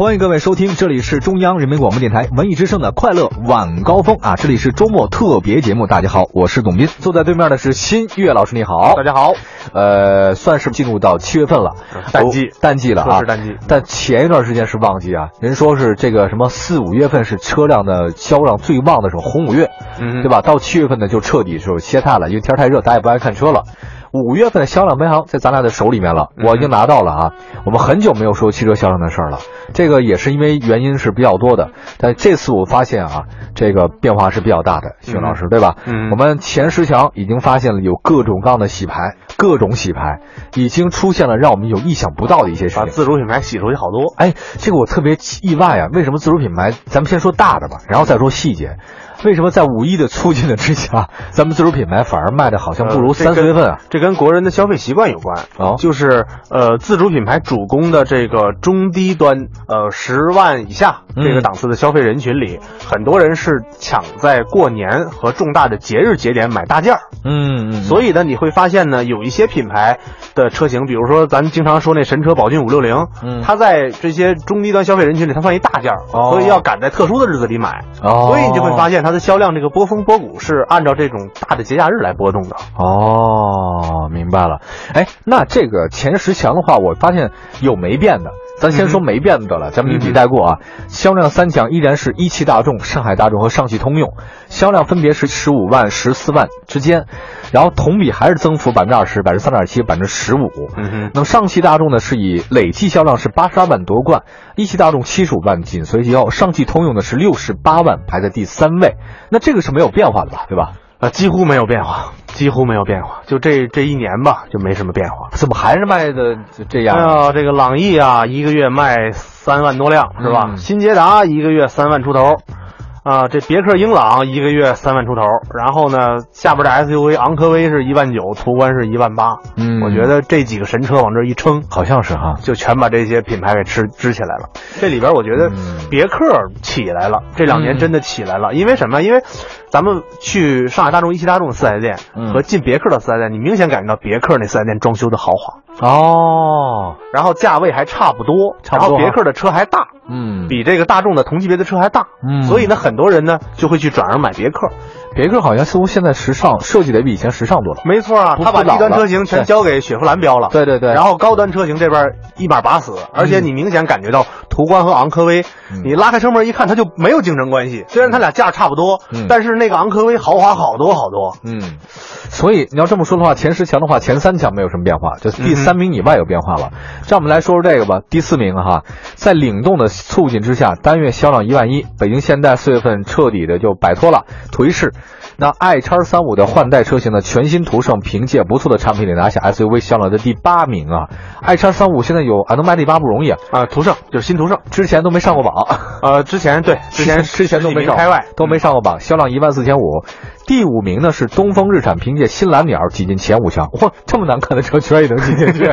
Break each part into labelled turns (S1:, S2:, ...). S1: 欢迎各位收听，这里是中央人民广播电台文艺之声的快乐晚高峰啊，这里是周末特别节目。大家好，我是董斌，坐在对面的是新月老师，你好，
S2: 大家好，
S1: 呃，算是进入到七月份了，
S2: 淡季
S1: 哦淡季了啊
S2: 测试，淡季
S1: 但前一段时间是旺季啊，人说是这个什么四五月份是车辆的销量最旺的时候，红五月，
S2: 嗯
S1: 对吧？到七月份呢就彻底就是歇菜了，因为天太热，大家也不爱看车了。五月份的销量排行在咱俩的手里面了，我
S2: 嗯
S1: 已经拿到了啊。我们很久没有说汽车销量的事儿了，这个也是因为原因是比较多的。但这次我发现啊，这个变化是比较大的，熊老师对吧？
S2: 嗯
S1: 我们前十强已经发现了有各种各样的洗牌，各种洗牌已经出现了，让我们有意想不到的一些事
S2: 把
S1: 情。
S2: 自主品牌洗出去好多。
S1: 哎，这个我特别意外啊！为什么自主品牌？咱们先说大的吧，然后再说细节。为什么在五一的促进的之下，咱们自主品牌反而卖的好像不如
S2: 呃这
S1: 三
S2: 跟
S1: 四月份啊？
S2: 这跟国人的消费习惯有关。
S1: 哦
S2: 就是呃，自主品牌主攻的这个中低端，呃，十万以下
S1: 嗯
S2: 这个档次的消费人群里，很多人是抢在过年和重大的节日节点买大件儿。
S1: 嗯嗯，
S2: 所以呢，你会发现呢，有一些品牌的车型，比如说咱经常说那神车宝骏五六零
S1: 嗯，
S2: 它在这些中低端消费人群里，它算一大件儿，
S1: 哦
S2: 所以要赶在特殊的日子里买。
S1: 哦，
S2: 所以你就会发现它的销量这个波峰波谷是按照这种大的节假日来波动的。
S1: 哦，明白了。哎，那这个前十强的话，我发现有没变的。咱先
S2: 嗯
S1: 说没变的了，咱们一笔带过啊。销量三强依然是一汽大众、上海大众和上汽通用，销量分别是十五万、十四万之间，然后同比还是增幅百分之二十、百分之三点七、百分之十五。
S2: 嗯哼，
S1: 那么上汽大众呢，是以累计销量是八十二万夺冠，一汽大众七十五万紧随其后，上汽通用呢是六十八万排在第三位。那这个是没有变化的吧？对吧？
S2: 啊，几乎没有变化，几乎没有变化，就这这一年吧，就没什么变化。
S1: 怎么还是卖的这样
S2: 哎
S1: 啊？
S2: 呀，这个朗逸啊，一个月卖三万多辆是吧？
S1: 嗯
S2: 新捷达一个月三万出头，啊，这别克英朗一个月三万出头，然后呢，下边的 SUV 昂科威是一万九，途观是一万八。
S1: 嗯
S2: 我觉得这几个神车往这一撑，
S1: 好像是哈。
S2: 就全把这些品牌给吃支起来了。这里边我觉得
S1: 嗯
S2: 别克起来了，这两
S1: 嗯
S2: 年真的起来了。因为什么呀？因为咱们去上海大众、一汽大众的四 S 店
S1: 嗯
S2: 和进别克的四 S 店，你明显感觉到别克那四 S 店装修的豪华，
S1: 哦，
S2: 然后价位还差不多，
S1: 差不多啊
S2: 然后别克的车还大，
S1: 嗯，
S2: 比这个大众的同级别的车还大。
S1: 嗯
S2: 所以呢，很多人呢就会去转而买别克。
S1: 别克好像似乎现在时尚设计的也比以前时尚多了。
S2: 没错啊，
S1: 不
S2: 他把
S1: 不老
S2: 低端
S1: 了
S2: 车型全交给雪佛兰标了。
S1: 对对对
S2: 然后高端车型这边一把把死，而且你明显感觉到途观和昂科威，你拉开车门一看，它就没有竞争关系。虽然它俩价差不多，
S1: 嗯
S2: 但是那个昂科威豪华好多好多。
S1: 嗯，所以你要这么说的话，前十强的话，前三强没有什么变化，就
S2: 嗯
S1: 第三名以外有变化了。这样我们来说说这个吧，第四名哈，在领动的促进之下，单月销量一万一，北京现代四月份彻底的就摆脱了颓势。那 i 叉三五的换代车型呢，全新途胜凭借不错的产品力拿下 SUV 销量的第八名啊。i 叉三五现在有啊能卖第八不容易，啊，
S2: 啊，途胜就是新途胜，
S1: 之前都没上过榜。
S2: 呃，之前对，之前
S1: 之前都没上
S2: 开外，嗯
S1: 都没上过榜，销量一万四千五。第五名呢是东风日产，凭借新蓝鸟挤进前五强。哇，这么难看的车居然也能挤进去！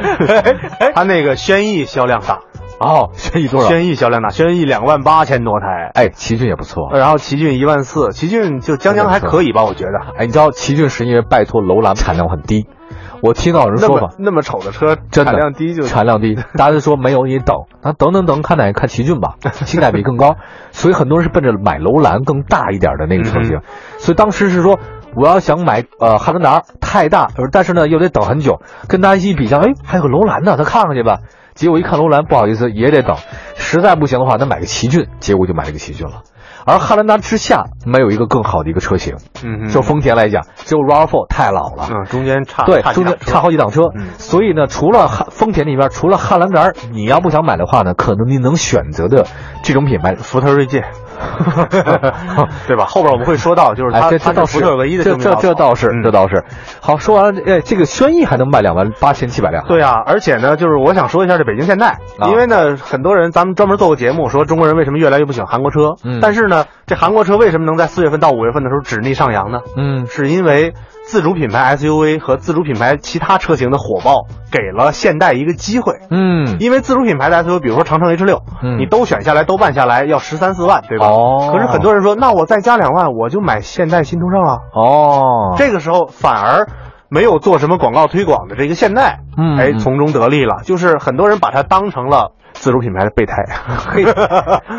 S2: 它那个轩逸销量大，
S1: 哦，轩逸多少？
S2: 轩逸销量大，轩逸两万八千多台，
S1: 哎，奇骏也不错。
S2: 然后奇骏一万四，奇骏就将将还可以吧，我觉得。
S1: 哎，你知道奇骏是因为拜托楼兰产量很低，我听到有人
S2: 那
S1: 说
S2: 么
S1: 法，
S2: 那么丑的车，
S1: 真的
S2: 产量低就
S1: 产量 低，大家就说没有你等， 那等等等，看哪个看奇骏吧，性价比更高，所以很多人是奔着买楼兰更大一点的那个车
S2: 嗯
S1: 型，所以当时是说。我要想买呃汉兰达太大，呃但是呢又得等很久。跟大家一比较，哎，还有个楼兰呢，他看看去吧。结果一看楼兰，不好意思，也得等。实在不行的话，那买个奇骏。结果就买了个奇骏了。而汉兰达之下没有一个更好的一个车型，
S2: 嗯哼
S1: 就丰田来讲，只有 RAV4 太老了，
S2: 嗯，中间差
S1: 对
S2: 差，几
S1: 中
S2: 辆
S1: 间
S2: 车
S1: 差好几档车。
S2: 嗯
S1: 所以呢，除了汉丰田那边，除了汉兰达，你要不想买的话呢，可能你能选择的这种品牌。
S2: 福特锐界，对吧？后边我们会说到，就是它、
S1: 哎，这这
S2: 它是
S1: 倒是
S2: 福特唯一的
S1: 这
S2: 正面
S1: 这
S2: 稻
S1: 这
S2: 草
S1: 倒是
S2: 嗯
S1: 这倒是。好，说完了，哎，这个轩逸还能卖两万八千七百辆。
S2: 对啊，而且呢，就是我想说一下这北京现代，
S1: 啊
S2: 因为呢，很多人咱们专门做过节目，说中国人为什么越来越不喜欢韩国车，
S1: 嗯
S2: 但是呢，这韩国车为什么能在四月份到五月份的时候止逆上扬呢？
S1: 嗯，
S2: 是因为自主品牌 SUV 和自主品牌其他车型的火爆，给了现代一个机会。
S1: 嗯
S2: 因为自主品牌的 SUV，比如说长城 H 六、
S1: 嗯
S2: 你都选下来都办下来要十三四万，对吧？
S1: 哦
S2: 可是很多人说，那我再加两万，我就买现代新途啊胜了。
S1: 哦，
S2: 这个时候反而没有做什么广告推广的这个现代，
S1: 嗯
S2: 哎，
S1: 嗯
S2: 从中得利了。就是很多人把它当成了自主品牌的备胎，
S1: 嘿，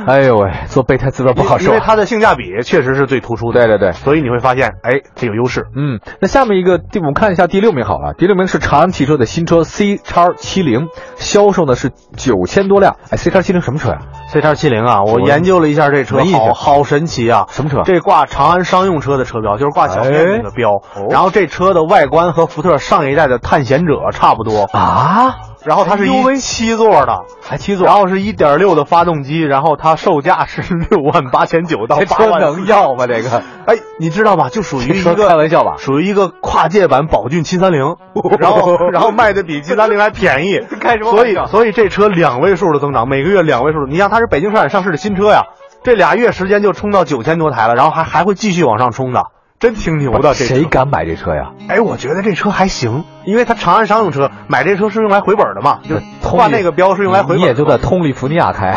S1: 哎呦喂，做备胎滋味不好
S2: 因
S1: 受
S2: 为
S1: 啊。
S2: 它的性价比确实是最突出的。
S1: 对对对，
S2: 所以你会发现，哎，这有优势。
S1: 嗯，那下面一个第，我们看一下第六名好了。第六名是长安汽车的新车 C 叉七零，销售呢是九千多辆。哎，C 叉七零什么车呀、
S2: C 叉七零啊，我
S1: 我
S2: 研究了一下这车，
S1: 文艺
S2: 好
S1: 车
S2: 好神奇啊！
S1: 什么车？
S2: 这挂长安商用车的车标，就是挂小面那个标。
S1: 哎哦
S2: 然后这车的外观和福特上一代的探险者差不多。
S1: 啊，
S2: 然后它是一
S1: SUV
S2: 七座的，
S1: 还七座
S2: 然，后是一点六的发动机，然后它售价是六万八千九到
S1: 这
S2: 八
S1: 车
S2: 万。
S1: 能要吗？这个
S2: 哎， 你知道吧？就属于
S1: 这
S2: 一
S1: 车哦开
S2: 个
S1: 玩 笑吧？
S2: 属于一个跨界版宝骏 七三零，然后然后卖的比七三零还便宜，
S1: 开什么
S2: 所
S1: 玩
S2: 以
S1: 笑
S2: 所以这车两位数的增长，每个月两位数，你像它是北京车展上市的新车呀，这俩月时间就冲到九千多台了，然后还还会继续往上冲的，真挺牛的。这车
S1: 谁敢买这车呀？
S2: 哎，我觉得这车还行，因为它长安商用车，买这车是用来回本的嘛，就是
S1: 通
S2: 挂
S1: 义
S2: 那个标是用来回
S1: 你
S2: 本
S1: 也
S2: 的。
S1: 就在通利福尼亚 开，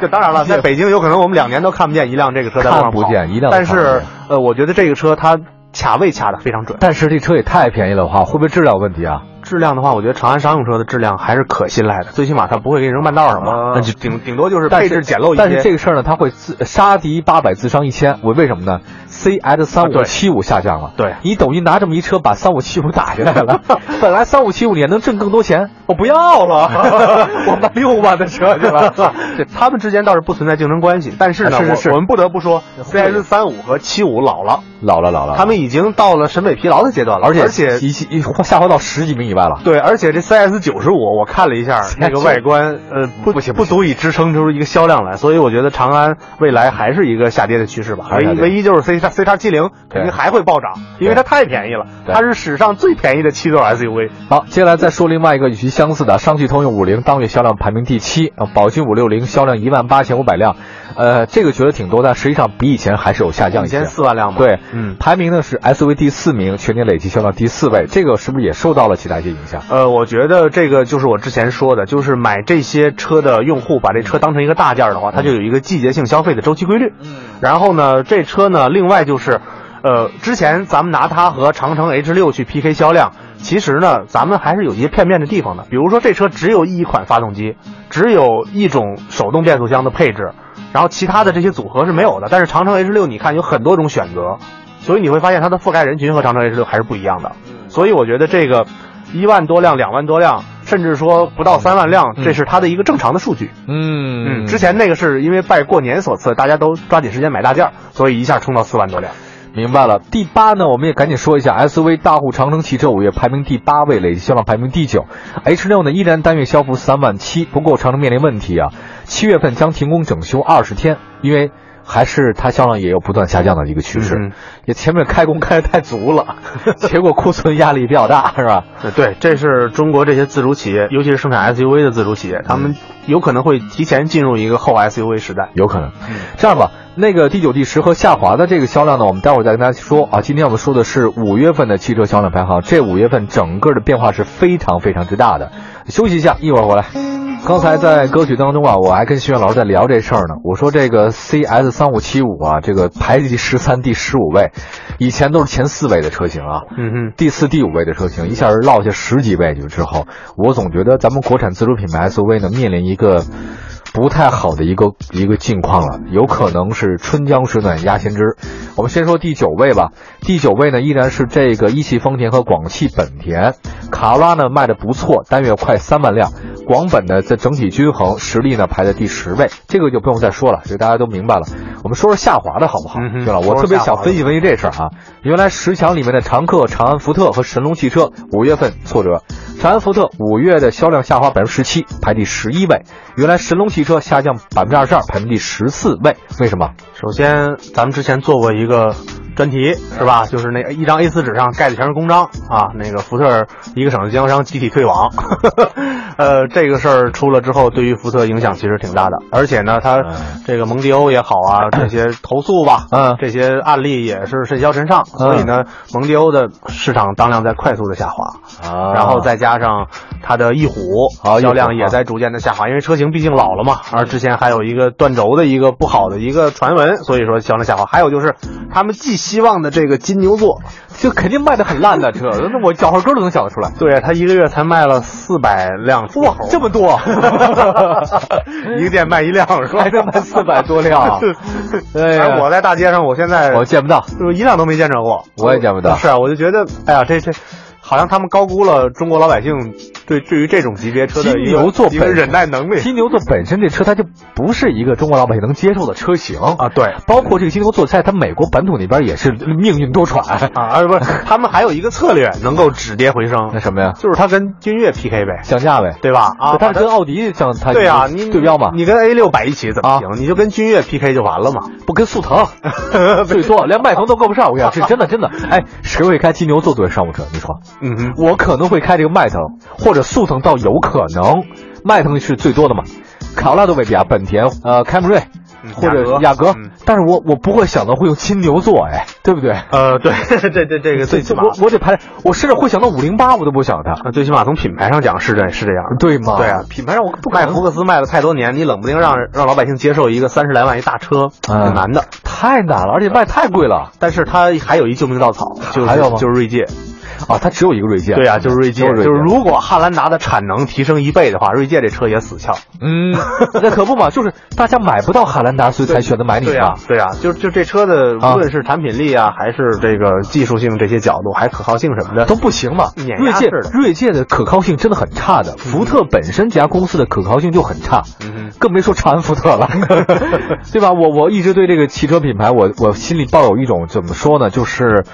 S2: 这当然了，在北京有可能我们两年都看不见一辆这个车在路上
S1: 看不
S2: 跑
S1: 见一辆都
S2: 但
S1: 看不
S2: 是
S1: 见
S2: 呃，我觉得这个车它卡位卡的非常准。
S1: 但是这车也太便宜了的话，会不会质量有问题啊？
S2: 质量的话，我觉得长安商用车的质量还是可信赖的，最起码它不会给你扔半道上嘛
S1: 啊。
S2: 那就顶顶多就是
S1: 但
S2: 配
S1: 是
S2: 置简陋一些。
S1: 但是这个事儿呢，它会自杀敌八百，自伤一千。我为什么呢？CS
S2: 啊
S1: 三
S2: 对
S1: 五七五下降了。
S2: 对
S1: 你抖音拿这么一车把三五七五打下来 了，本来三五七五你还能挣更多钱，我不要 了，我卖六万的 车去 了。
S2: 对，他们之间倒是不存在竞争关系，但是呢，
S1: 啊是是
S2: 我
S1: 是
S2: 我们不得不说
S1: 会有
S2: ，CS 三五和七五老了，
S1: 老了老了，
S2: 他们已经到了审美疲劳的阶段了，
S1: 啊而且
S2: 而且
S1: 一一一下滑到十几名以外了。
S2: 对，而且这 CS 九十五，我看了 一下那个外观，呃，不
S1: 嗯不行
S2: 不
S1: 不行
S2: 足以支撑出一个销量来，所以我觉得长安未来还是一个下跌的趋势吧。
S1: 还
S2: 唯
S1: 是下
S2: 一
S1: 跌
S2: 唯一就是 C 叉 C 叉七零肯定还会暴涨，因为它太便宜了，
S1: 对
S2: 它是史上最便宜的七座 SUV。
S1: 好，接下来再说另外一个与其相似的，上汽通用五菱当月销量排名第七，呃，宝骏五六零销量一万八千五百辆，呃，这个觉得挺多，但实际上比以前还是有下降
S2: 以
S1: 一些。
S2: 前四万辆嘛，
S1: 对，
S2: 嗯
S1: 排名呢是 SUV 第四名，全年累计销量第四位，这个是不是也受到了其他一些影响？
S2: 呃，我觉得这个就是我之前说的，就是买这些车的用户把这车当成一个大件儿的话，它就有一个季节性消费的周期规律。嗯，然后呢，这车呢，另外就是，呃，之前咱们拿它和长城 H 六去 PK 销量，其实呢，咱们还是有一些片面的地方的。比如说，这车只有一款发动机，只有一种手动变速箱的配置，然后其他的这些组合是没有的。但是长城 H 六，你看有很多种选择，所以你会发现它的覆盖人群和长城 H 六还是不一样的。所以我觉得这个一万多辆、两万多辆，甚至说不到三万辆，
S1: 嗯
S2: 这是它的一个正常的数据。
S1: 嗯
S2: 之前那个是因为拜过年所赐，大家都抓紧时间买大件儿，所以一下冲到四万多辆。
S1: 明白了。第八呢，我们也赶紧说一下 SUV 大户长城汽车五月排名第八位，累计销量排名第九。H 六呢依然单月销幅三万七，不过长城面临问题啊，七月份将停工整修二十天，因为还是它销量也有不断下降的一个趋势。
S2: 嗯
S1: 也前面开工开的太足了，结果库存压力比较大，是吧？
S2: 呃对，这是中国这些自主企业，尤其是生产 SUV 的自主企业，他们有可能会提前进入一个后 SUV 时代。
S1: 有可能。这样吧，那个第九、第十和下滑的这个销量呢，我们待会儿再跟大家说啊。今天我们说的是五月份的汽车销量排行，这五月份整个的变化是非常非常之大的。休息一下，一会儿回来。刚才在歌曲当中啊，我还跟徐远老师在聊这事儿呢。我说这个 CS 三五七五啊，这个排第十三、第十五位，以前都是前四位的车型啊。
S2: 嗯哼。
S1: 第四、第五位的车型，一下落下十几位去之后，我总觉得咱们国产自主品牌 SUV 呢，面临一个不太好的一个一个境况了，有可能是春江水暖鸭先知。我们先说第九位吧，第九位呢依然是这个一汽丰田和广汽本田，卡罗拉呢卖的不错，单月快三万辆，广本呢在整体均衡，实力呢排在第十位，这个就不用再说了，这个大家都明白了。我们说说下滑的好不好？
S2: 嗯哼
S1: 对了，
S2: 说
S1: 我
S2: 说
S1: 特别
S2: 下
S1: 想
S2: 滑的
S1: 分析分析这事儿啊。原来十强里面的常客、长安福特和神龙汽车五月份挫折，长安福特五月的销量下滑百分之十七，排第十一位。原来神龙汽车下降百分之二十二，排名第十四位。为什么？
S2: 首先，咱们之前做过一个专题，是吧？就是那一张 A4 纸上盖的全是公章啊。那个福特一个省的经销商集体退网， 呃，这个事儿出了之后，对于福特影响其实挺大的。而且呢，它
S1: 嗯
S2: 这个蒙迪欧也好 啊，这些投诉吧，
S1: 嗯
S2: 这些案例也是甚嚣尘上。所以呢，蒙迪欧的市场当量在快速的下滑，
S1: 啊
S2: 然后再加上它的翼虎
S1: 啊翼虎
S2: 销量也在逐渐的下滑，因为车型毕竟老了嘛。而之前还有一个断轴的一个不好的一个传闻，所以说销量下滑。还有就是他们寄希望的这个金牛座，
S1: 就肯定卖的很烂的车，那我脚后跟都能想得出来。
S2: 对啊他一个月才卖了四百辆出
S1: 哇
S2: 头，，
S1: 这么 多，
S2: 一个店卖一辆是吧
S1: 还？能卖四 百多 辆，哎呀
S2: 哎，我在大街上，我现在
S1: 我见不到。
S2: 就是一辆都没见着过，
S1: 我也见不到
S2: 是啊，我就觉得，哎呀，这这，好像他们高估了中国老百姓对对于这种级别车的一个
S1: 金牛座
S2: 一个
S1: 本身
S2: 忍耐能力
S1: 金牛座本身这车它就不是一个中国老百姓能接受的车型啊，
S2: 啊，对。
S1: 包括这个金牛座在它美国本土那边也是命运多舛。
S2: 啊，而不是，他们还有一个策略能够止跌回升
S1: 那，什么呀？
S2: 就是他跟君越 PK 呗，
S1: 降价呗。
S2: 对吧？啊，
S1: 它
S2: 把
S1: 跟奥迪像它
S2: 对啊，你
S1: 对标嘛，啊
S2: 你跟 A 六摆一起怎么行？你就跟君越 PK 就完了嘛。
S1: 不跟速 腾最多连迈腾都够不上。我跟你讲，是真的真的。哎，谁会开金牛座作为商务车？你说
S2: 嗯哼，
S1: 我可能会开这个迈腾或者速腾，倒有可能。迈腾是最多的嘛，卡罗拉、都未必啊，本田、呃凯美瑞
S2: 嗯
S1: 或者
S2: 雅
S1: 雅阁
S2: 阁嗯。
S1: 但是我我不会想到会用金牛座，哎，对不对？
S2: 呃，对， 这这这个最起码
S1: 我我得排，我甚至会想到五零八，我都不想它，
S2: 啊，最起码从品牌上讲是这是这样。
S1: 对吗？
S2: 对啊，，品牌上我不
S1: 嗯
S2: 卖福克斯卖了太多年，你冷不丁让让老百姓接受一个三十来万一大车，
S1: 嗯
S2: 很难的。
S1: 太难了，而且卖太贵了
S2: 但是它还有一救命稻草，就是
S1: 还有吗
S2: 就是锐界。
S1: 啊！它只有一个锐界，
S2: 对啊，就是锐界。
S1: 就是锐界
S2: 就是如果汉兰达的产能提升一倍的话，锐界这车也死翘。
S1: 嗯，那可不嘛，就是大家买不到汉兰达，所以才选择买你
S2: 对
S1: 嘛
S2: 啊。，对啊，就就这车的无
S1: 啊
S2: 论是产品力啊，还是这个技术性这些角度，还可靠性什么的，
S1: 都不行嘛，
S2: 碾
S1: 锐
S2: 压
S1: 界
S2: 式的
S1: 锐界的可靠性真的很差的，福特本身这家公司的可靠性就很差，
S2: 嗯哼
S1: 更别说长安福特 了，对吧？我我一直对这个汽车品牌，我我心里抱有一种怎么说呢，就是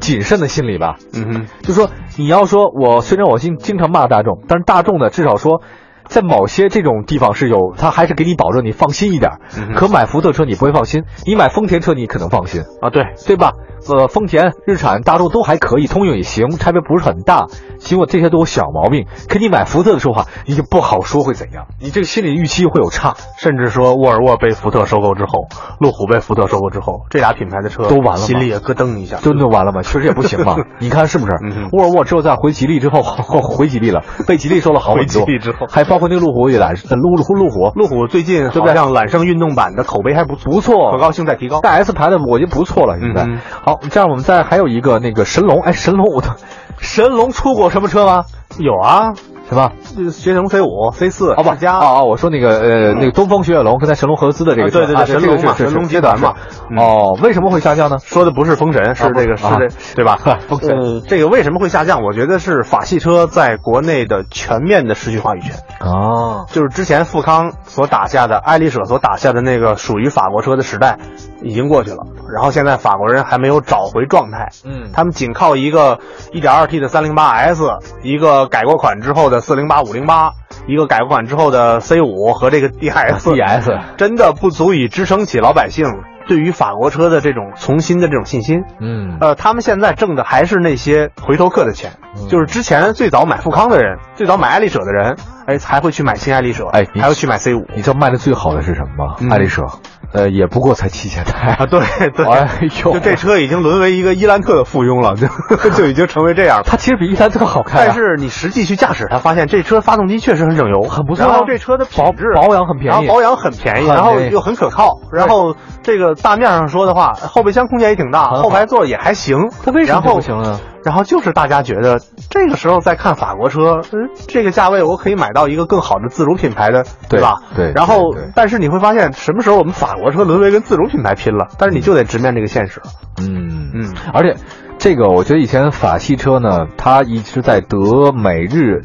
S1: 谨慎的心理吧。
S2: 嗯哼。
S1: 就说你要说我虽然我经经常骂大众，但是大众呢，至少说。在某些这种地方是有，他还是给你保证你放心一点儿。
S2: 嗯哼
S1: 可买福特车你不会放心，你买丰田车你可能放心，
S2: 啊，对，
S1: 对吧？呃，丰田、日产、大众都还可以，通用也行，差别不是很大。尽管这些都有小毛病，可你买福特的时候啊，你就不好说会怎样，你这个心理预期会有差，
S2: 甚至说沃尔沃被福特收购之后，路虎被福特收购之后，这俩品牌的车
S1: 都完了吗
S2: 心里也咯噔 一下。
S1: 真的完了吗？确实也不行 嘛，你看是不是
S2: 嗯哼？
S1: 沃尔沃只有在回吉利之后， 回吉利了，被吉利收了好很多。
S2: 回吉利之后
S1: 还包括那个路虎也来，呃路路路虎
S2: 路虎最近
S1: 对不
S2: 好
S1: 对
S2: 像揽胜运动版的口碑还不错，
S1: 不错，
S2: 可靠性在提高。
S1: 大 S 牌的我觉得不错了，现在。
S2: 嗯
S1: 好，这样我们再还有一个那个神龙，哎，神龙我 都，神龙出过什么车吗？
S2: 有啊，
S1: 什么？
S2: 呃雪铁龙 C 五、C 四、
S1: 哦不，
S2: 世嘉，
S1: 哦哦，我说那个呃那个东风雪铁龙跟咱神龙合资的这个
S2: 啊
S1: 车，
S2: 对对对
S1: 啊这
S2: 神龙
S1: 这个
S2: 嘛
S1: 是是
S2: 神龙
S1: 是
S2: 集团嘛
S1: 是是哦，为什么会下降呢？
S2: 说的不是风神，是这个，是
S1: 啊？
S2: 这，对 吧
S1: 风神
S2: 呃，这个为什么会下降？我觉得是法系车在国内的全面的失去话语权，
S1: 哦，
S2: 就是之前富康所打下的、爱丽舍所打下的那个属于法国车的时代已经过去了，然后现在法国人还没有找回状态，
S1: 嗯，
S2: 他们仅靠一个 1.2T 的 308S，一个改过款之后的408、508，一个改过款之后的 C5 和这个 DIS，
S1: DS，
S2: 真的不足以支撑起老百姓对于法国车的这种重新的这种信心。
S1: 嗯，
S2: 呃，他们现在挣的还是那些回头客的钱，
S1: 嗯
S2: 就是之前最早买富康的人，最早买爱丽舍的人，哎，才会去买新爱丽舍，
S1: 哎你
S2: 还会去买 C 五
S1: 你知道卖的最好的是什么吗？
S2: 嗯
S1: 爱丽舍，呃，也不过才七千台。
S2: 啊，对对，
S1: 哎呦，
S2: 就这车已经沦为一个伊兰特的附庸了， 就就已经成为这样了。
S1: 它其实比伊兰特好看啊，
S2: 但是你实际去驾驶它，发现这车发动机确实很省油，很
S1: 不错啊
S2: 然后这车的品
S1: 保
S2: 质
S1: 保养很便
S2: 然后
S1: 宜。
S2: 保养很便宜，然后又很可靠。然后这个大面上说的话，后备箱空间也挺大，
S1: 很好
S2: 后排座也还行。
S1: 它为什么
S2: 然
S1: 就
S2: 后
S1: 不行呢？
S2: 然后就是大家觉得这个时候再看法国车，嗯，这个价位我可以买到一个更好的自主品牌的，
S1: 对
S2: 吧？
S1: 对
S2: 然后
S1: 对对，
S2: 但是你会发现，什么时候我们法国车沦为跟自主品牌拼了？但是你就得直面这个现实。
S1: 嗯
S2: 嗯
S1: 而且这个我觉得以前法系车呢，它一直在德美日。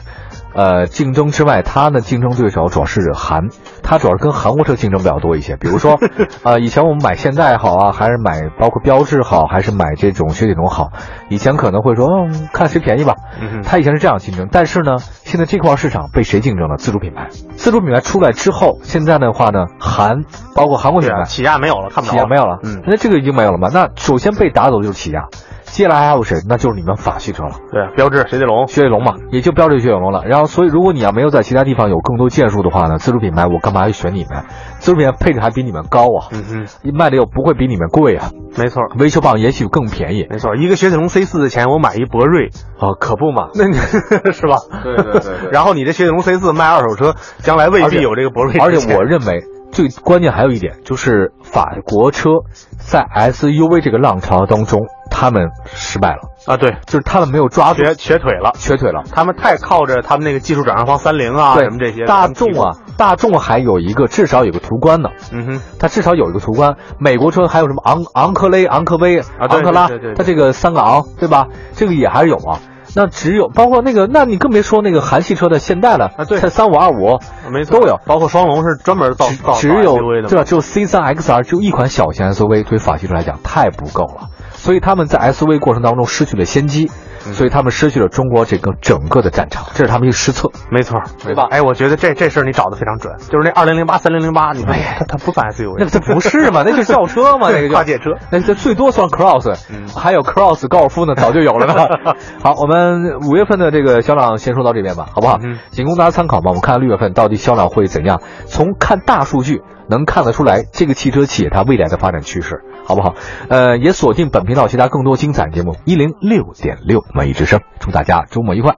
S1: 呃，竞争之外，它的竞争对手主要是韩，它主要是跟韩国车竞争比较多一些。比如 说，呃，以前我们买现代好啊，还是买包括标致好，还是买这种雪铁龙好，以前可能会说，嗯，看谁便宜吧。
S2: 嗯
S1: 它以前是这样竞争，但是呢，现在这块市场被谁竞争了？自主品牌，自主品牌出来之后，现在的话呢，韩包括韩国
S2: 对
S1: 品牌
S2: 啊，起亚没有了，看不着
S1: 起亚没有了，
S2: 嗯，
S1: 那这个已经没有了嘛？那首先被打走就是起亚，接下来还有谁？那就是你们法系车了，
S2: 对，标致、雪铁龙，
S1: 雪铁龙嘛，也就标志雪铁龙了。然后，所以如果你要没有在其他地方有更多建树的话呢，自主品牌我干嘛要选你们？自主品牌配置还比你们高啊，
S2: 嗯哼，
S1: 卖的又不会比你们贵啊，
S2: 没错。
S1: 维修保养也许更便宜
S2: 没错，一个雪铁龙 C 4的钱，我买一博瑞，
S1: 啊，可不嘛？
S2: 那你 是吧？
S1: 对对对对
S2: 然后你这雪铁龙 C 4卖二手车，将来未
S1: 而且
S2: 必有这个博瑞。
S1: 而且我，认为最关键还有一点就是法国车在 SUV 这个浪潮当中，他们失败了，
S2: 啊，对，
S1: 就是他们没有抓住，
S2: 瘸瘸腿了，
S1: 瘸腿了。
S2: 他们太靠着他们那个技术转让方三菱啊
S1: 对
S2: 什么这些
S1: 大众，啊，大众还有一个至少有个途观呢，
S2: 他们提供嗯哼，
S1: 它至少有一个途观。美国车还有什么昂昂科威、昂科威、
S2: 啊对
S1: 昂克拉
S2: 对对对对，
S1: 它这个三个昂，对吧？这个也还是有啊。那只有包括那个，那你更别说那个韩系车的现代了
S2: 啊对
S1: 三五二五
S2: 没错，
S1: 都有
S2: 包括双龙是专门造
S1: 只
S2: 造
S1: 只有
S2: SUV 的嘛，
S1: 对吧？啊只有 C 三 XR 只有一款小型 SUV，对于法系车来讲太不够了。所以他们在 SUV 过程当中失去了先机，
S2: 嗯
S1: 所以他们失去了中国这个整个的战场，这是他们一个失策。
S2: 没错，
S1: 对吧
S2: 哎，我觉得这这事儿你找的非常准，就是那二零零八、三零零八，你看它它不算 SUV，
S1: 哎那这不是嘛？那就是轿车 嘛，那个就
S2: 跨界车。
S1: 那这最多算 cross，、
S2: 嗯
S1: 还有 cross 高尔夫呢，早就有了 呢。好，我们五月份的这个销量先说到这边吧，好不好？
S2: 嗯
S1: 仅供大家参考嘛。我们看看六月份到底销量会怎样？从看大数据能看得出来，这个汽车企业它未来的发展趋势，好不好？呃，也锁定本频道其他更多精彩节目，一零六点六文艺之声，祝大家周末愉快。